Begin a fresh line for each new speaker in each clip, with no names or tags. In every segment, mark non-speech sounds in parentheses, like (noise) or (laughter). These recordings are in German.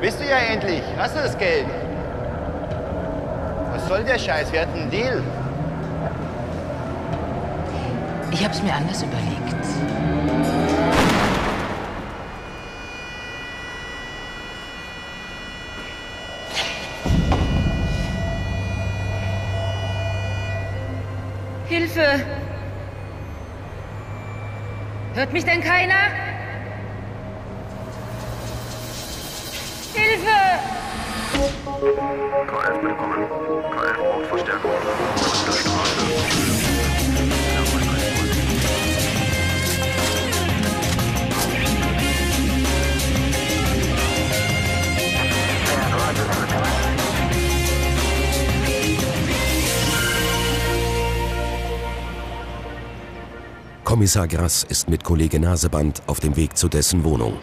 Bist du ja endlich. Hast du das Geld? Was soll der Scheiß? Wir hatten einen Deal.
Ich hab's mir anders überlegt.
Hilfe! Hört mich denn keiner? Hilfe!
KF willkommen. KF braucht Verstärkung.
Kommissar Grass ist mit Kollege Naseband auf dem Weg zu dessen Wohnung.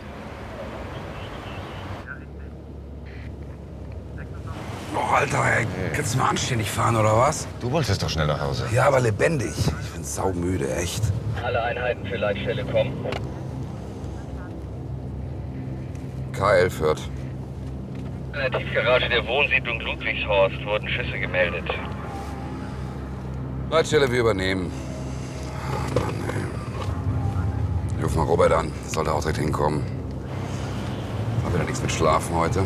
Boah, Alter, ey, kannst du mal anständig fahren, oder was?
Du wolltest doch schnell nach Hause.
Ja, aber lebendig. Ich bin saumüde, echt.
Alle Einheiten für Leitstelle kommen.
K11 hört.
In der Tiefgarage Äh, der Wohnsiedlung Ludwigshorst wurden Schüsse gemeldet.
Leitstelle, wir übernehmen. Ah, Mann, ey. Ich ruf mal Robert an. Sollte auch direkt hinkommen. Hab wieder nichts mit Schlafen heute.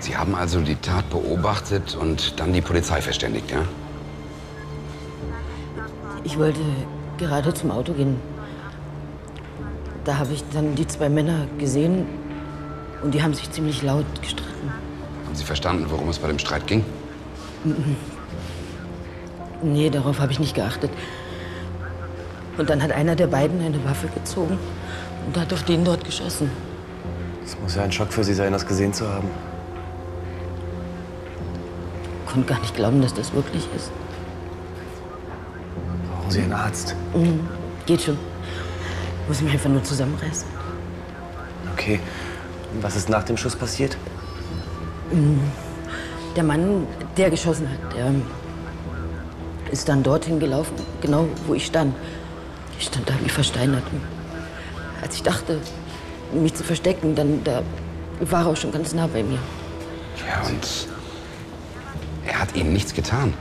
Sie haben also die Tat beobachtet und dann die Polizei verständigt, ja?
Ich wollte gerade zum Auto gehen. Da habe ich dann die zwei Männer gesehen und die haben sich ziemlich laut gestritten.
Haben Sie verstanden, worum es bei dem Streit ging?
Nee, darauf habe ich nicht geachtet. Und dann hat einer der beiden eine Waffe gezogen und hat auf den dort geschossen.
Es muss ja ein Schock für Sie sein, das gesehen zu haben.
Konnte gar nicht glauben, dass das wirklich ist.
Brauchen Sie einen Arzt?
Geht schon. Muss mich einfach nur zusammenreißen.
Okay. Und was ist nach dem Schuss passiert?
Der Mann, der geschossen hat, der ähm, ist dann dorthin gelaufen, genau wo ich stand. Ich stand da wie versteinert. Und Als ich dachte, mich zu verstecken, dann da war er auch schon ganz nah bei mir.
Ja, und er hat Ihnen nichts getan.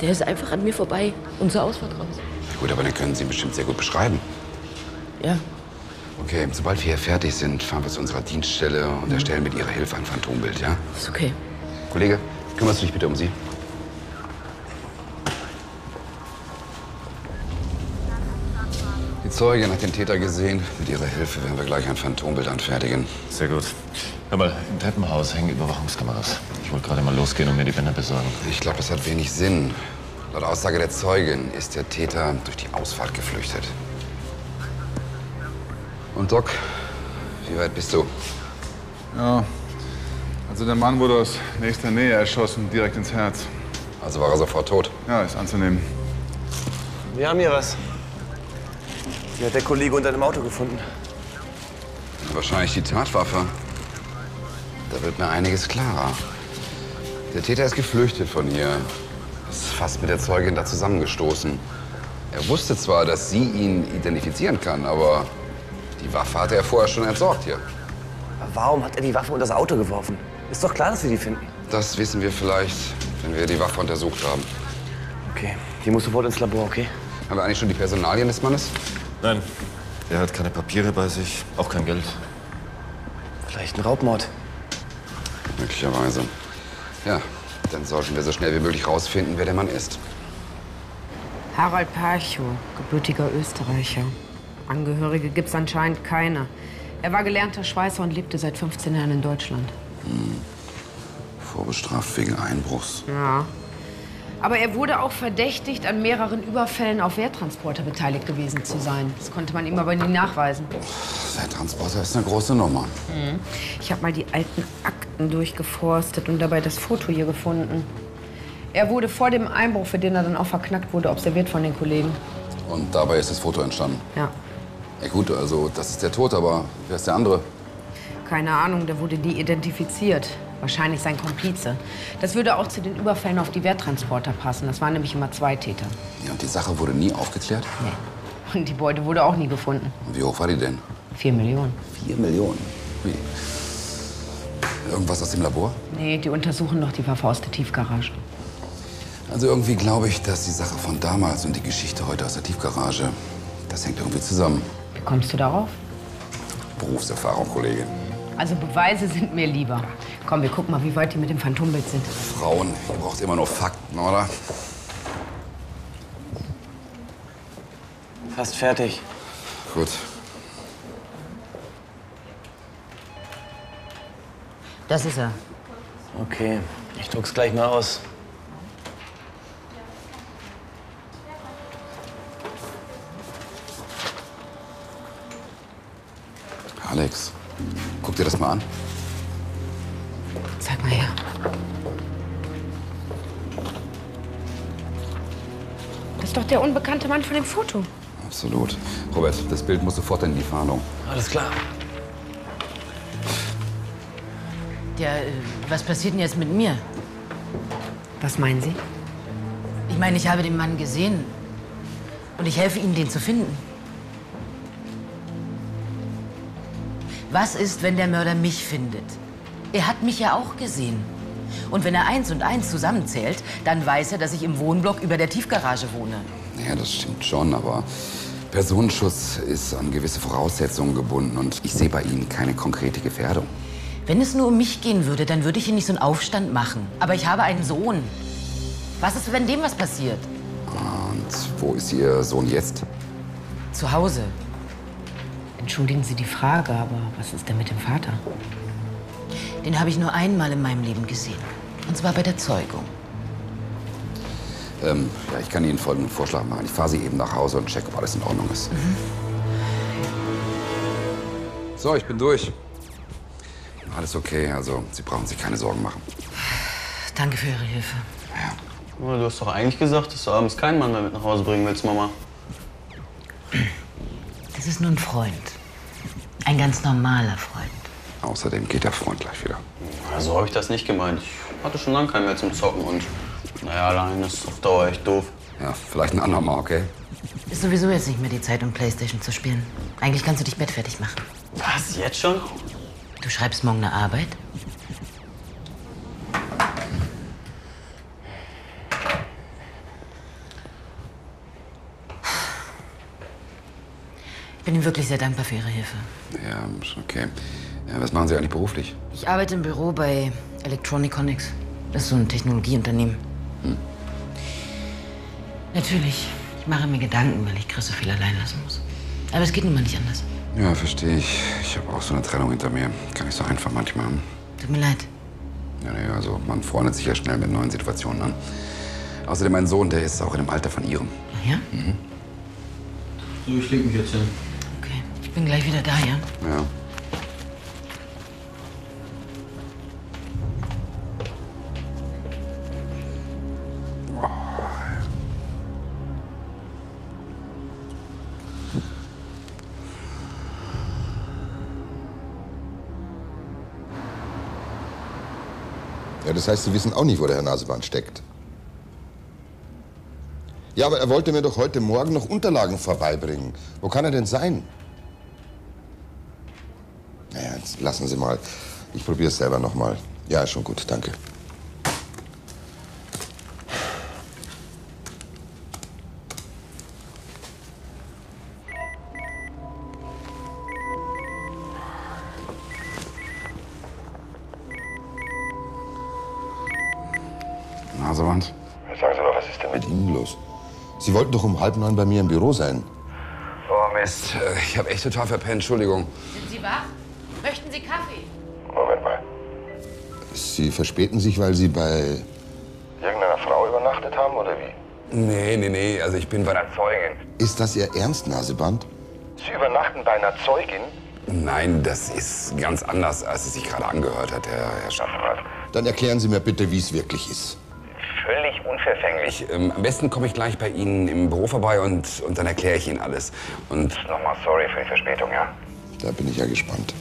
Der ist einfach an mir vorbei und zur Ausfahrt raus.
Na gut, aber den können Sie ihn bestimmt sehr gut beschreiben.
Ja,
Okay, sobald wir hier fertig sind, fahren wir zu unserer Dienststelle und erstellen mit Ihrer Hilfe ein Phantombild, ja?
ist okay.
Kollege, kümmerst du dich bitte um Sie? Die Zeugin hat den Täter gesehen. Mit ihrer Hilfe werden wir gleich ein Phantombild anfertigen.
Sehr gut. Hör mal, im Treppenhaus hängen Überwachungskameras. Ich wollte gerade mal losgehen und mir die Bänder besorgen.
Ich glaube, das hat wenig Sinn. Laut Aussage der Zeugin ist der Täter durch die Ausfahrt geflüchtet. Und Doc, wie weit bist du?
Ja. Also der Mann wurde aus nächster Nähe erschossen, direkt ins Herz.
Also war er sofort tot.
Ja, ist anzunehmen.
Wir haben hier was. Die hat der Kollege unter dem Auto gefunden.
Wahrscheinlich die Tatwaffe. Da wird mir einiges klarer. Der Täter ist geflüchtet von hier. Ist fast mit der Zeugin da zusammengestoßen. Er wusste zwar, dass sie ihn identifizieren kann, aber die Waffe hatte er vorher schon entsorgt hier.
Aber warum hat er die Waffe unter das Auto geworfen? Ist doch klar, dass wir die finden.
Das wissen wir vielleicht, wenn wir die Waffe untersucht haben.
Okay, die muss sofort ins Labor, okay?
Haben wir eigentlich schon die Personalien des Mannes?
Nein, der hat keine Papiere bei sich, auch kein Geld.
Vielleicht ein Raubmord.
Möglicherweise. Ja, dann sollten wir so schnell wie möglich rausfinden, wer der Mann ist.
Harald Parchow, gebürtiger Österreicher. Angehörige gibt's anscheinend keine. Er war gelernter Schweißer und lebte seit 15 Jahren in Deutschland.
Vorbestraft wegen Einbruchs.
Ja. Aber er wurde auch verdächtigt, an mehreren Überfällen auf Wehrtransporter beteiligt gewesen zu sein. Das konnte man ihm aber nie nachweisen.
Der Transporter ist eine große Nummer.
Ich habe mal die alten Akten durchgeforstet und dabei das Foto hier gefunden. Er wurde vor dem Einbruch, für den er dann auch verknackt wurde, observiert von den Kollegen.
Und dabei ist das Foto entstanden.
Ja.
Ja gut, also das ist der Tod, aber wer ist der andere?
Keine Ahnung, der wurde nie identifiziert. Wahrscheinlich sein Komplize. Das würde auch zu den Überfällen auf die Wehrtransporter passen. Das waren nämlich immer zwei Täter.
Ja, und die Sache wurde nie aufgeklärt?
Und die Beute wurde auch nie gefunden.
Und wie hoch war die denn?
Vier Millionen.
Vier Millionen. Hui. Irgendwas aus dem Labor?
Nee, die untersuchen noch die verfauste Tiefgarage.
Also irgendwie glaube ich, dass die Sache von damals und die Geschichte heute aus der Tiefgarage, das hängt irgendwie zusammen.
Wie kommst du darauf?
Berufserfahrung, Kollege.
Also Beweise sind mir lieber. Komm, wir gucken mal, wie weit die mit dem Phantombild sind.
Frauen, ihr braucht immer nur Fakten, oder?
Fast fertig.
Gut.
Das ist er.
Okay, ich druck's gleich mal aus.
Alex, guck dir das mal an.
Zeig mal her.
Das ist doch der unbekannte Mann von dem Foto.
Absolut. Robert, das Bild muss sofort in die Fahndung.
Alles klar.
Ja, äh, was passiert denn jetzt mit mir?
Was meinen Sie?
Ich meine, ich habe den Mann gesehen. Und ich helfe Ihnen, den zu finden. Was ist, wenn der Mörder mich findet? Er hat mich ja auch gesehen. Und wenn er eins und eins zusammenzählt, dann weiß er, dass ich im Wohnblock über der Tiefgarage wohne.
Ja, das stimmt schon, aber Personenschutz ist an gewisse Voraussetzungen gebunden und ich sehe bei Ihnen keine konkrete Gefährdung.
Wenn es nur um mich gehen würde, dann würde ich hier nicht so einen Aufstand machen. Aber ich habe einen Sohn. Was ist, wenn dem was passiert?
Und wo ist Ihr Sohn jetzt?
Zu Hause.
Entschuldigen Sie die Frage, aber was ist denn mit dem Vater?
Den habe ich nur einmal in meinem Leben gesehen. Und zwar bei der Zeugung.
Ähm, ja, ich kann Ihnen folgenden Vorschlag machen. Ich fahre Sie eben nach Hause und checke, ob alles in Ordnung ist. So, ich bin durch. Alles okay, also Sie brauchen sich keine Sorgen machen.
Danke für Ihre Hilfe.
Du hast doch eigentlich gesagt, dass du abends keinen Mann mehr mit nach Hause bringen willst, Mama.
Das ist nur ein Freund. Ein ganz normaler Freund.
Außerdem geht der Freund gleich wieder.
So habe ich das nicht gemeint. Ich hatte schon lange keinen mehr zum Zocken und naja, allein ist auf Dauer echt doof.
Ja, vielleicht ein andermal, okay?
Ist sowieso jetzt nicht mehr die Zeit, um Playstation zu spielen. Eigentlich kannst du dich bettfertig machen.
Was, jetzt schon?
Du schreibst morgen eine Arbeit? Ich bin Ihnen wirklich sehr dankbar für Ihre Hilfe.
Ja, ist okay. Ja, was machen Sie eigentlich beruflich?
Ich arbeite im Büro bei Electroniconics. Das ist so ein Technologieunternehmen. Hm. Natürlich, ich mache mir Gedanken, weil ich Chris so viel allein lassen muss. Aber es geht nun mal nicht anders.
Ja, verstehe ich. Ich habe auch so eine Trennung hinter mir. Kann nicht so einfach manchmal. hm?
Tut mir leid.
Ja, naja, also man freundet sich ja schnell mit neuen Situationen an. Außerdem mein Sohn, der ist auch in dem Alter von Ihrem.
Ja?
So, ich leg mich jetzt hin.
Ich bin gleich wieder da, ja?
Ja.
Ja, das heißt, Sie wissen auch nicht, wo der Herr Naseband steckt. Ja, aber er wollte mir doch heute Morgen noch Unterlagen vorbeibringen. Wo kann er denn sein? Naja, jetzt lassen Sie mal. Ich probiere es selber nochmal. Ja, ist schon gut, danke.
Nasewand?
Sagen Sie mal, was ist denn
Mit Ihnen los? Sie wollten doch um halb neun bei mir im Büro sein.
Oh Mist, äh, ich habe echt total verpennt, Entschuldigung.
Sind Sie wach? Möchten Sie Kaffee?
Sie verspäten sich, weil Sie bei...
irgendeiner Frau übernachtet haben oder wie?
Nee, nee, nee, also ich bin bei einer Zeugin.
Ist das Ihr Ernst, Naseband?
Sie übernachten bei einer Zeugin?
Nein, das ist ganz anders, als es sich gerade angehört hat, Herr, Herr Schaffrath.
Dann erklären Sie mir bitte, wie es wirklich ist.
Völlig unverfänglich. Ähm, am besten komme ich gleich bei Ihnen im Büro vorbei und, und dann erkläre ich Ihnen alles. Und nochmal sorry für die Verspätung, ja?
Da bin ich ja gespannt.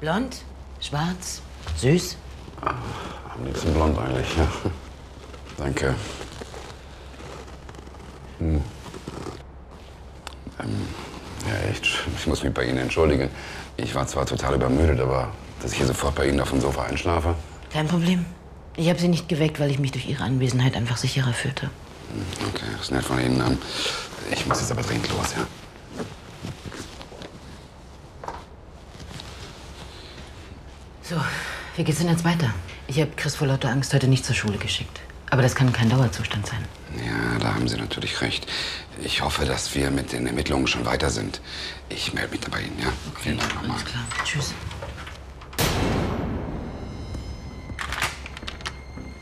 Blond, schwarz, süß.
Am liebsten blond eigentlich, ja. Danke. Hm. Ähm, Ich muss mich bei Ihnen entschuldigen. Ich war zwar total übermüdet, aber dass ich hier sofort bei Ihnen auf dem Sofa einschlafe.
Kein Problem. Ich habe sie nicht geweckt, weil ich mich durch ihre Anwesenheit einfach sicherer fühlte.
Okay, das ist nett von Ihnen an. Ich muss jetzt aber dringend los, ja?
So, wie geht's denn jetzt weiter? Ich habe Chris vor lauter Angst heute nicht zur Schule geschickt. Aber das kann kein Dauerzustand sein.
Ja, da haben Sie natürlich recht. Ich hoffe, dass wir mit den Ermittlungen schon weiter sind. Ich melde mich dann bei Ihnen, ja? Vielen Dank nochmal.
Klar, tschüss.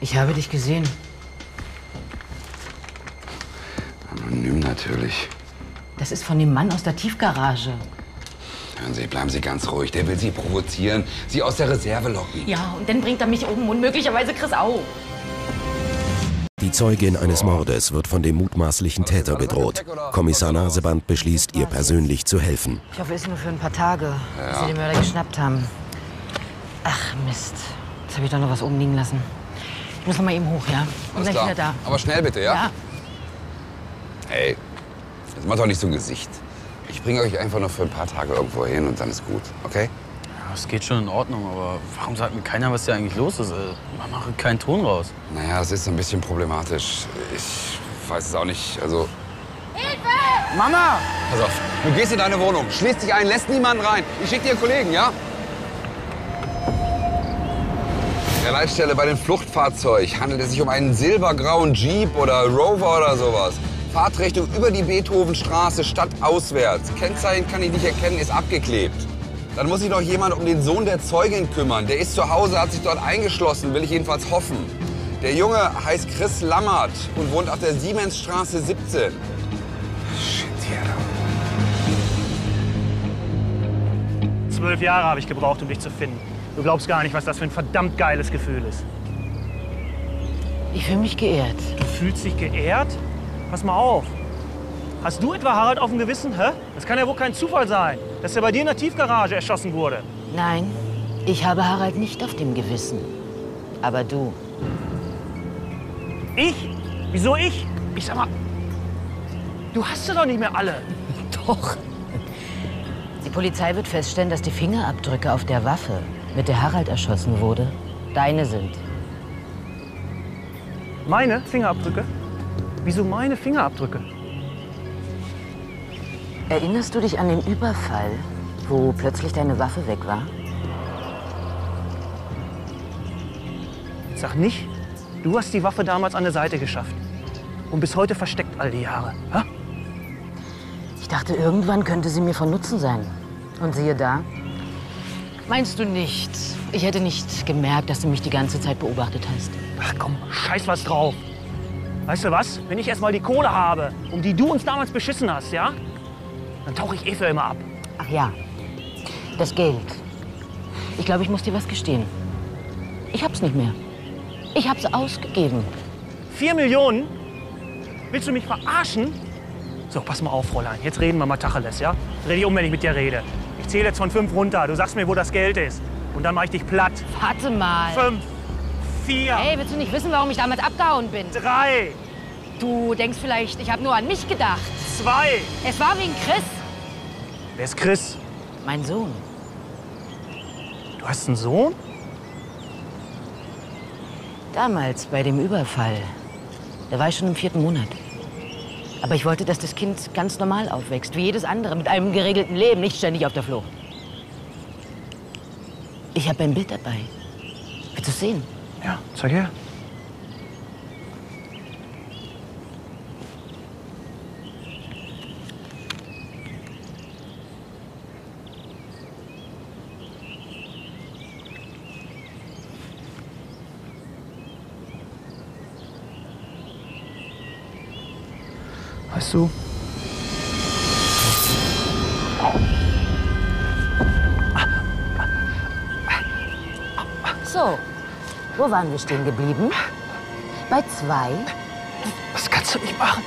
Ich habe dich gesehen.
Anonym natürlich.
Das ist von dem Mann aus der Tiefgarage.
Hören Sie, bleiben Sie ganz ruhig. Der will Sie provozieren, Sie aus der Reserve locken.
Ja, und dann bringt er mich um und möglicherweise Chris auch.
Die Zeugin eines Mordes wird von dem mutmaßlichen Täter bedroht. Kommissar Naseband beschließt, ihr persönlich zu helfen.
Ich hoffe, es ist nur für ein paar Tage, dass
Ja.
sie den Mörder geschnappt haben. Ach, Mist. Jetzt habe ich doch noch was oben liegen lassen. Ich muss noch mal eben hoch, ja? Und gleich wieder da.
Aber schnell bitte, ja? Hey, das macht doch nicht so ein Gesicht. Ich bringe euch einfach nur für ein paar Tage irgendwo hin und dann ist gut, okay?
Ja, Es geht schon in Ordnung, aber warum sagt mir keiner, was hier eigentlich los ist? Ey? Man mache keinen Ton raus.
Naja, das ist ein bisschen problematisch. Ich weiß es auch nicht. Also,
Mama!
pass auf. Du gehst in deine Wohnung, schließt dich ein, lässt niemanden rein. Ich schicke dir einen Kollegen, ja? In der Leitstelle bei dem Fluchtfahrzeug handelt es sich um einen silbergrauen Jeep oder Rover oder sowas. Fahrtrichtung über die Beethovenstraße stadtauswärts. Kennzeichen kann ich nicht erkennen, ist abgeklebt. Dann muss sich doch jemand um den Sohn der Zeugin kümmern. Der ist zu Hause, hat sich dort eingeschlossen, will ich jedenfalls hoffen. Der Junge heißt Chris Lammert und wohnt auf der Siemensstraße 17.
Zwölf Jahre habe ich gebraucht, um dich zu finden. Du glaubst gar nicht, was das für ein verdammt geiles Gefühl ist.
Ich fühle mich geehrt.
Du fühlst dich geehrt? Pass mal auf. Hast du etwa Harald auf dem Gewissen, hä? Das kann ja wohl kein Zufall sein, dass er bei dir in der Tiefgarage erschossen wurde.
Nein, ich habe Harald nicht auf dem Gewissen. Aber du.
Ich? Wieso ich? Ich sag mal, du hast sie doch nicht mehr alle.
Doch. Die Polizei wird feststellen, dass die Fingerabdrücke auf der Waffe, mit der Harald erschossen wurde, deine sind.
Meine Fingerabdrücke? Wieso meine Fingerabdrücke?
Erinnerst du dich an den Überfall, wo plötzlich deine Waffe weg war?
Sag nicht, du hast die Waffe damals an der Seite geschafft. Und bis heute versteckt all die Jahre. Hä?
Ich dachte, irgendwann könnte sie mir von Nutzen sein. Und siehe da. Meinst du nicht? Ich hätte nicht gemerkt, dass du mich die ganze Zeit beobachtet hast.
Ach komm, scheiß was drauf. Weißt du was? Wenn ich erstmal die Kohle habe, um die du uns damals beschissen hast, ja? Dann tauche ich eh für immer ab.
Ach ja, das Geld. Ich glaube, ich muss dir was gestehen. Ich hab's nicht mehr. Ich hab's ausgegeben.
Vier Millionen? Willst du mich verarschen? So, pass mal auf, Fräulein. Jetzt reden wir mal Tacheles, ja? Dreh dich um, wenn ich mit dir rede. Ich zähle jetzt von fünf runter. Du sagst mir, wo das Geld ist. Und dann mach ich dich platt.
Warte mal.
Fünf. Vier.
Hey, willst du nicht wissen, warum ich damals abgehauen bin?
Drei.
Du denkst vielleicht, ich habe nur an mich gedacht.
Zwei.
Es war wegen Chris.
Wer ist Chris?
Mein Sohn.
Du hast einen Sohn?
Damals bei dem Überfall. Da war ich schon im vierten Monat. Aber ich wollte, dass das Kind ganz normal aufwächst, wie jedes andere, mit einem geregelten Leben, nicht ständig auf der Flucht. Ich habe ein Bild dabei. Willst du es sehen?
Ja, zeig her. Weißt du?
So, wo waren wir stehen geblieben? Bei zwei?
Das kannst du nicht machen.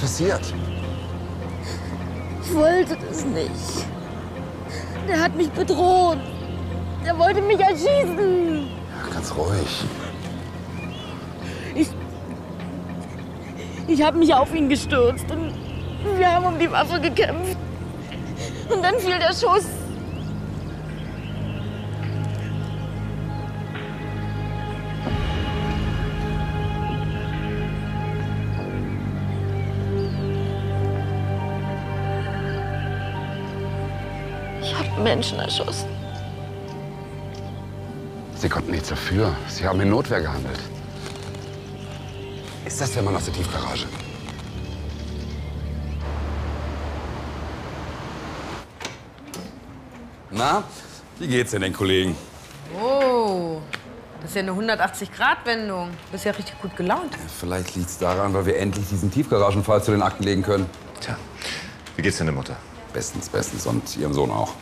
passiert?
Ich wollte das nicht. Der hat mich bedroht. Der wollte mich erschießen.
Ganz ruhig.
Ich. Ich habe mich auf ihn gestürzt und wir haben um die Waffe gekämpft. Und dann fiel der Schuss. Ich habe Menschen erschossen.
Sie konnten nichts dafür. Sie haben in Notwehr gehandelt. Ist das der Mann aus der Tiefgarage? Na, wie geht's denn den Kollegen?
Oh, das ist ja eine 180-Grad-Wendung. Du bist ja richtig gut gelaunt.
Vielleicht liegt's daran, weil wir endlich diesen Tiefgaragenfall zu den Akten legen können.
Tja, wie geht's denn der Mutter?
Bestens, bestens. Und ihrem Sohn auch.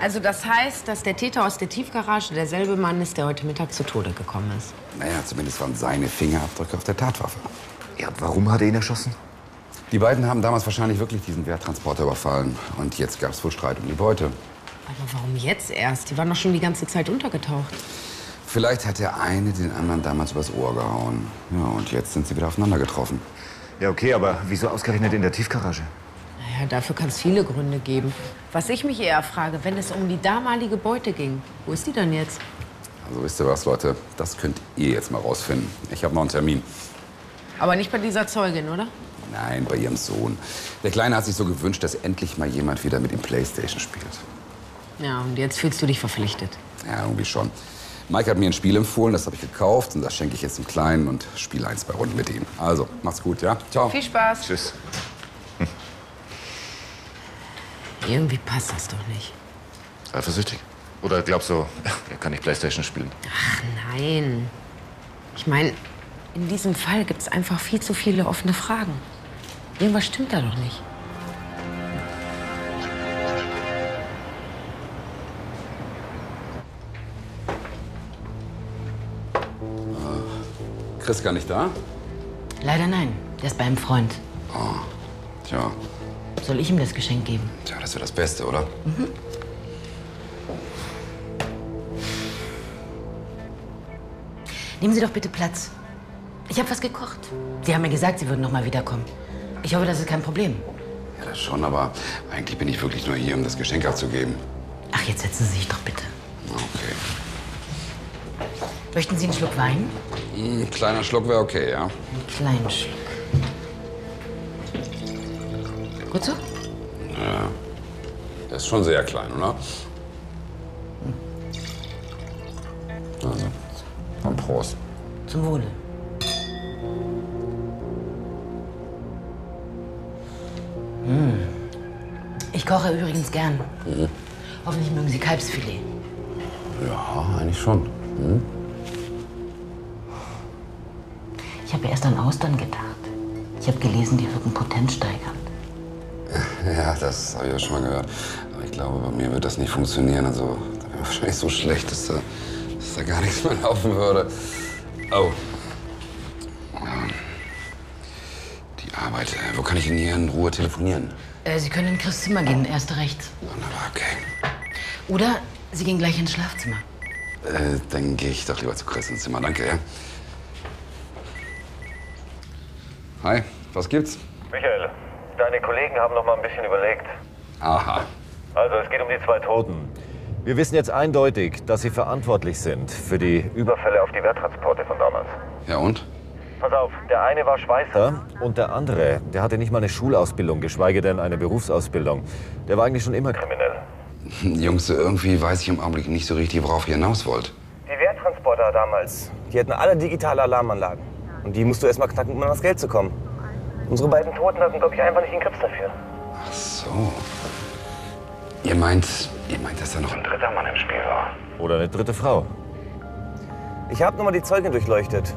Also das heißt, dass der Täter aus der Tiefgarage derselbe Mann ist, der heute Mittag zu Tode gekommen ist.
Naja, zumindest waren seine Fingerabdrücke auf der Tatwaffe.
Ja, warum hat er ihn erschossen?
Die beiden haben damals wahrscheinlich wirklich diesen Wehrtransporter überfallen. Und jetzt gab's wohl Streit um die Beute.
Aber warum jetzt erst? Die waren doch schon die ganze Zeit untergetaucht.
Vielleicht hat der eine den anderen damals übers Ohr gehauen. Ja, und jetzt sind sie wieder aufeinander getroffen.
Ja, okay, aber wieso ausgerechnet in der Tiefgarage?
Naja, dafür kann es viele Gründe geben. Was ich mich eher frage, wenn es um die damalige Beute ging, wo ist die denn jetzt?
Also wisst ihr was, Leute? Das könnt ihr jetzt mal rausfinden. Ich habe noch einen Termin.
Aber nicht bei dieser Zeugin, oder?
Nein, bei ihrem Sohn. Der Kleine hat sich so gewünscht, dass endlich mal jemand wieder mit ihm Playstation spielt.
Ja, und jetzt fühlst du dich verpflichtet.
Ja, irgendwie schon. Mike hat mir ein Spiel empfohlen, das habe ich gekauft und das schenke ich jetzt dem Kleinen und spiele eins bei Runden mit ihm. Also, macht's gut, ja? Ciao.
Viel Spaß.
Tschüss.
Irgendwie passt das doch nicht.
Eifersüchtig? Oder glaubst du, er kann nicht Playstation spielen?
Ach nein. Ich meine, in diesem Fall gibt es einfach viel zu viele offene Fragen. Irgendwas stimmt da doch nicht.
Chris gar nicht da?
Leider nein. Der ist bei einem Freund.
Tja,
Soll ich ihm das Geschenk geben?
tja das wäre das Beste, oder?
Nehmen Sie doch bitte Platz. Ich habe was gekocht. Sie haben mir gesagt, Sie würden noch mal wiederkommen. Ich hoffe, das ist kein Problem.
Ja, das schon, aber eigentlich bin ich wirklich nur hier, um das Geschenk abzugeben.
Ach, jetzt setzen Sie sich doch bitte.
Okay.
Möchten Sie einen Schluck Wein?
Hm, Ein kleiner Schluck wäre okay, ja?
Einen kleinen Schluck. Gut so?
Ja. Der ist schon sehr klein, oder? Also, dann Prost.
Zum Wohle. Hm. Ich koche übrigens gern. Hoffentlich mögen Sie Kalbsfilet.
Ja, Ah, eigentlich schon. (laughs)
Ich habe erst an Austern gedacht. Ich habe gelesen, die wirken potenzsteigernd.
Ja, das habe ich ja schon mal gehört. Aber ich glaube, bei mir wird das nicht funktionieren. Also, da wäre wahrscheinlich so schlecht, dass da, dass da gar nichts mehr laufen würde. Oh. Ähm, Die Arbeit. Äh, Wo kann ich denn hier in Ruhe telefonieren?
Äh, Sie können in Chris Zimmer gehen, erst rechts.
Wunderbar, okay.
Oder Sie gehen gleich ins Schlafzimmer.
Äh, dann gehe ich doch lieber zu Chris ins Zimmer. Danke, ja? Hi, was gibt's?
Michael, deine Kollegen haben noch mal ein bisschen überlegt.
Aha.
Also, es geht um die zwei Toten.
Wir wissen jetzt eindeutig, dass Sie verantwortlich sind für die
Überfälle auf die Wehrtransporte von damals.
Ja und? (laughs)
Pass auf, der eine war Schweißer.
Übeltäter und der andere, der hatte nicht mal eine Schulausbildung, geschweige denn eine Berufsausbildung. Der war eigentlich schon immer kriminell.
Jungs, irgendwie weiß ich im Augenblick nicht so richtig, worauf ihr hinaus wollt.
Die Wehrtransporter damals, die hatten alle digitale Alarmanlagen. Und die musst du erst mal knacken, um an das Geld zu kommen. Unsere beiden Toten hatten, glaube ich, einfach nicht den Grips dafür.
Ach so. Ihr meint, ihr meint, dass da noch ein dritter Mann im Spiel war?
Oder eine dritte Frau.
Ich habe nochmal die Zeugin durchleuchtet.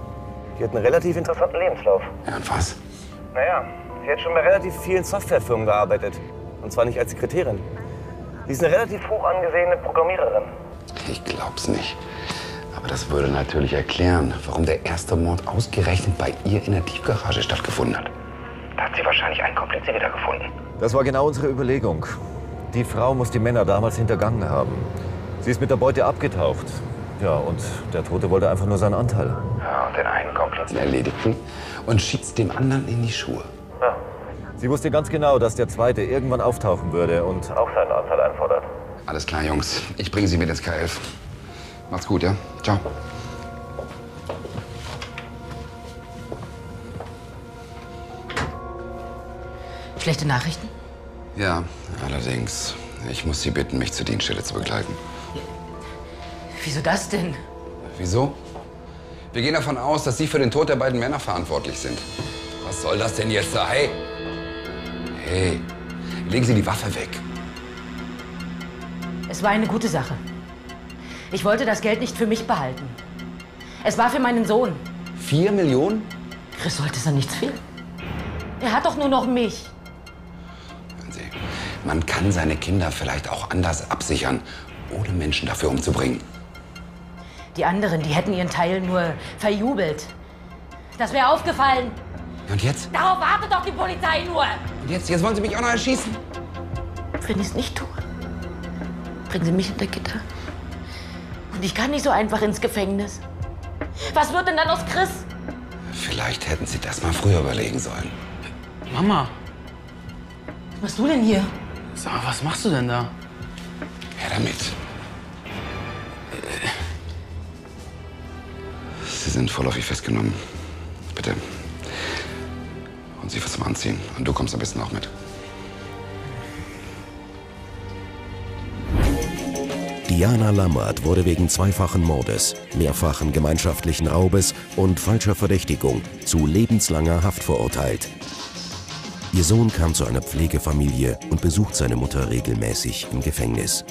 Die hat einen relativ interessanten Lebenslauf.
Ja, und was?
Naja, sie hat schon bei relativ vielen Softwarefirmen gearbeitet. Und zwar nicht als Sekretärin. Sie ist eine relativ hoch angesehene Programmiererin.
Ich glaub's nicht. Aber das würde natürlich erklären, warum der erste Mord ausgerechnet bei ihr in der Tiefgarage stattgefunden hat. Das
hat sie wahrscheinlich einen Komplizier gefunden.
Das war genau unsere Überlegung. Die Frau muss die Männer damals hintergangen haben. Sie ist mit der Beute abgetaucht. Ja, und der Tote wollte einfach nur seinen Anteil.
Ja, und den einen Komplizen erledigten und schiebt dem anderen in die Schuhe.
Sie wusste ganz genau, dass der Zweite irgendwann auftauchen würde und auch seinen Anteil einfordert.
Alles klar, Jungs. Ich bringe sie mit ins K11. Macht's gut, ja? Ciao.
Schlechte Nachrichten?
Ja, allerdings. Ich muss Sie bitten, mich zur Dienststelle zu begleiten.
Wieso das denn?
Wieso? Wir gehen davon aus, dass Sie für den Tod der beiden Männer verantwortlich sind. Was soll das denn jetzt da? Hey! Hey, legen Sie die Waffe weg.
Es war eine gute Sache. Ich wollte das Geld nicht für mich behalten. Es war für meinen Sohn.
Vier Millionen?
Chris sollte es an nichts fehlen. Er hat doch nur noch mich.
Man kann seine Kinder vielleicht auch anders absichern, ohne Menschen dafür umzubringen.
Die anderen, die hätten ihren Teil nur verjubelt. Das wäre aufgefallen.
Und jetzt?
Darauf wartet doch die Polizei nur.
Und jetzt? Jetzt wollen Sie mich auch noch erschießen?
Wenn ich es nicht tue, bringen Sie mich in der Gitter. Und ich kann nicht so einfach ins Gefängnis. Was wird denn dann aus Chris?
Vielleicht hätten Sie das mal früher überlegen sollen.
Mama,
Was machst du denn hier?
sag mal, was machst du denn da?
Her damit. Sie sind vorläufig festgenommen. Bitte. Und Sie was zum Anziehen. Und du kommst am besten auch mit.
Diana Lammert wurde wegen zweifachen Mordes, mehrfachen gemeinschaftlichen Raubes und falscher Verdächtigung zu lebenslanger Haft verurteilt. Ihr Sohn kam zu einer Pflegefamilie und besucht seine Mutter regelmäßig im Gefängnis.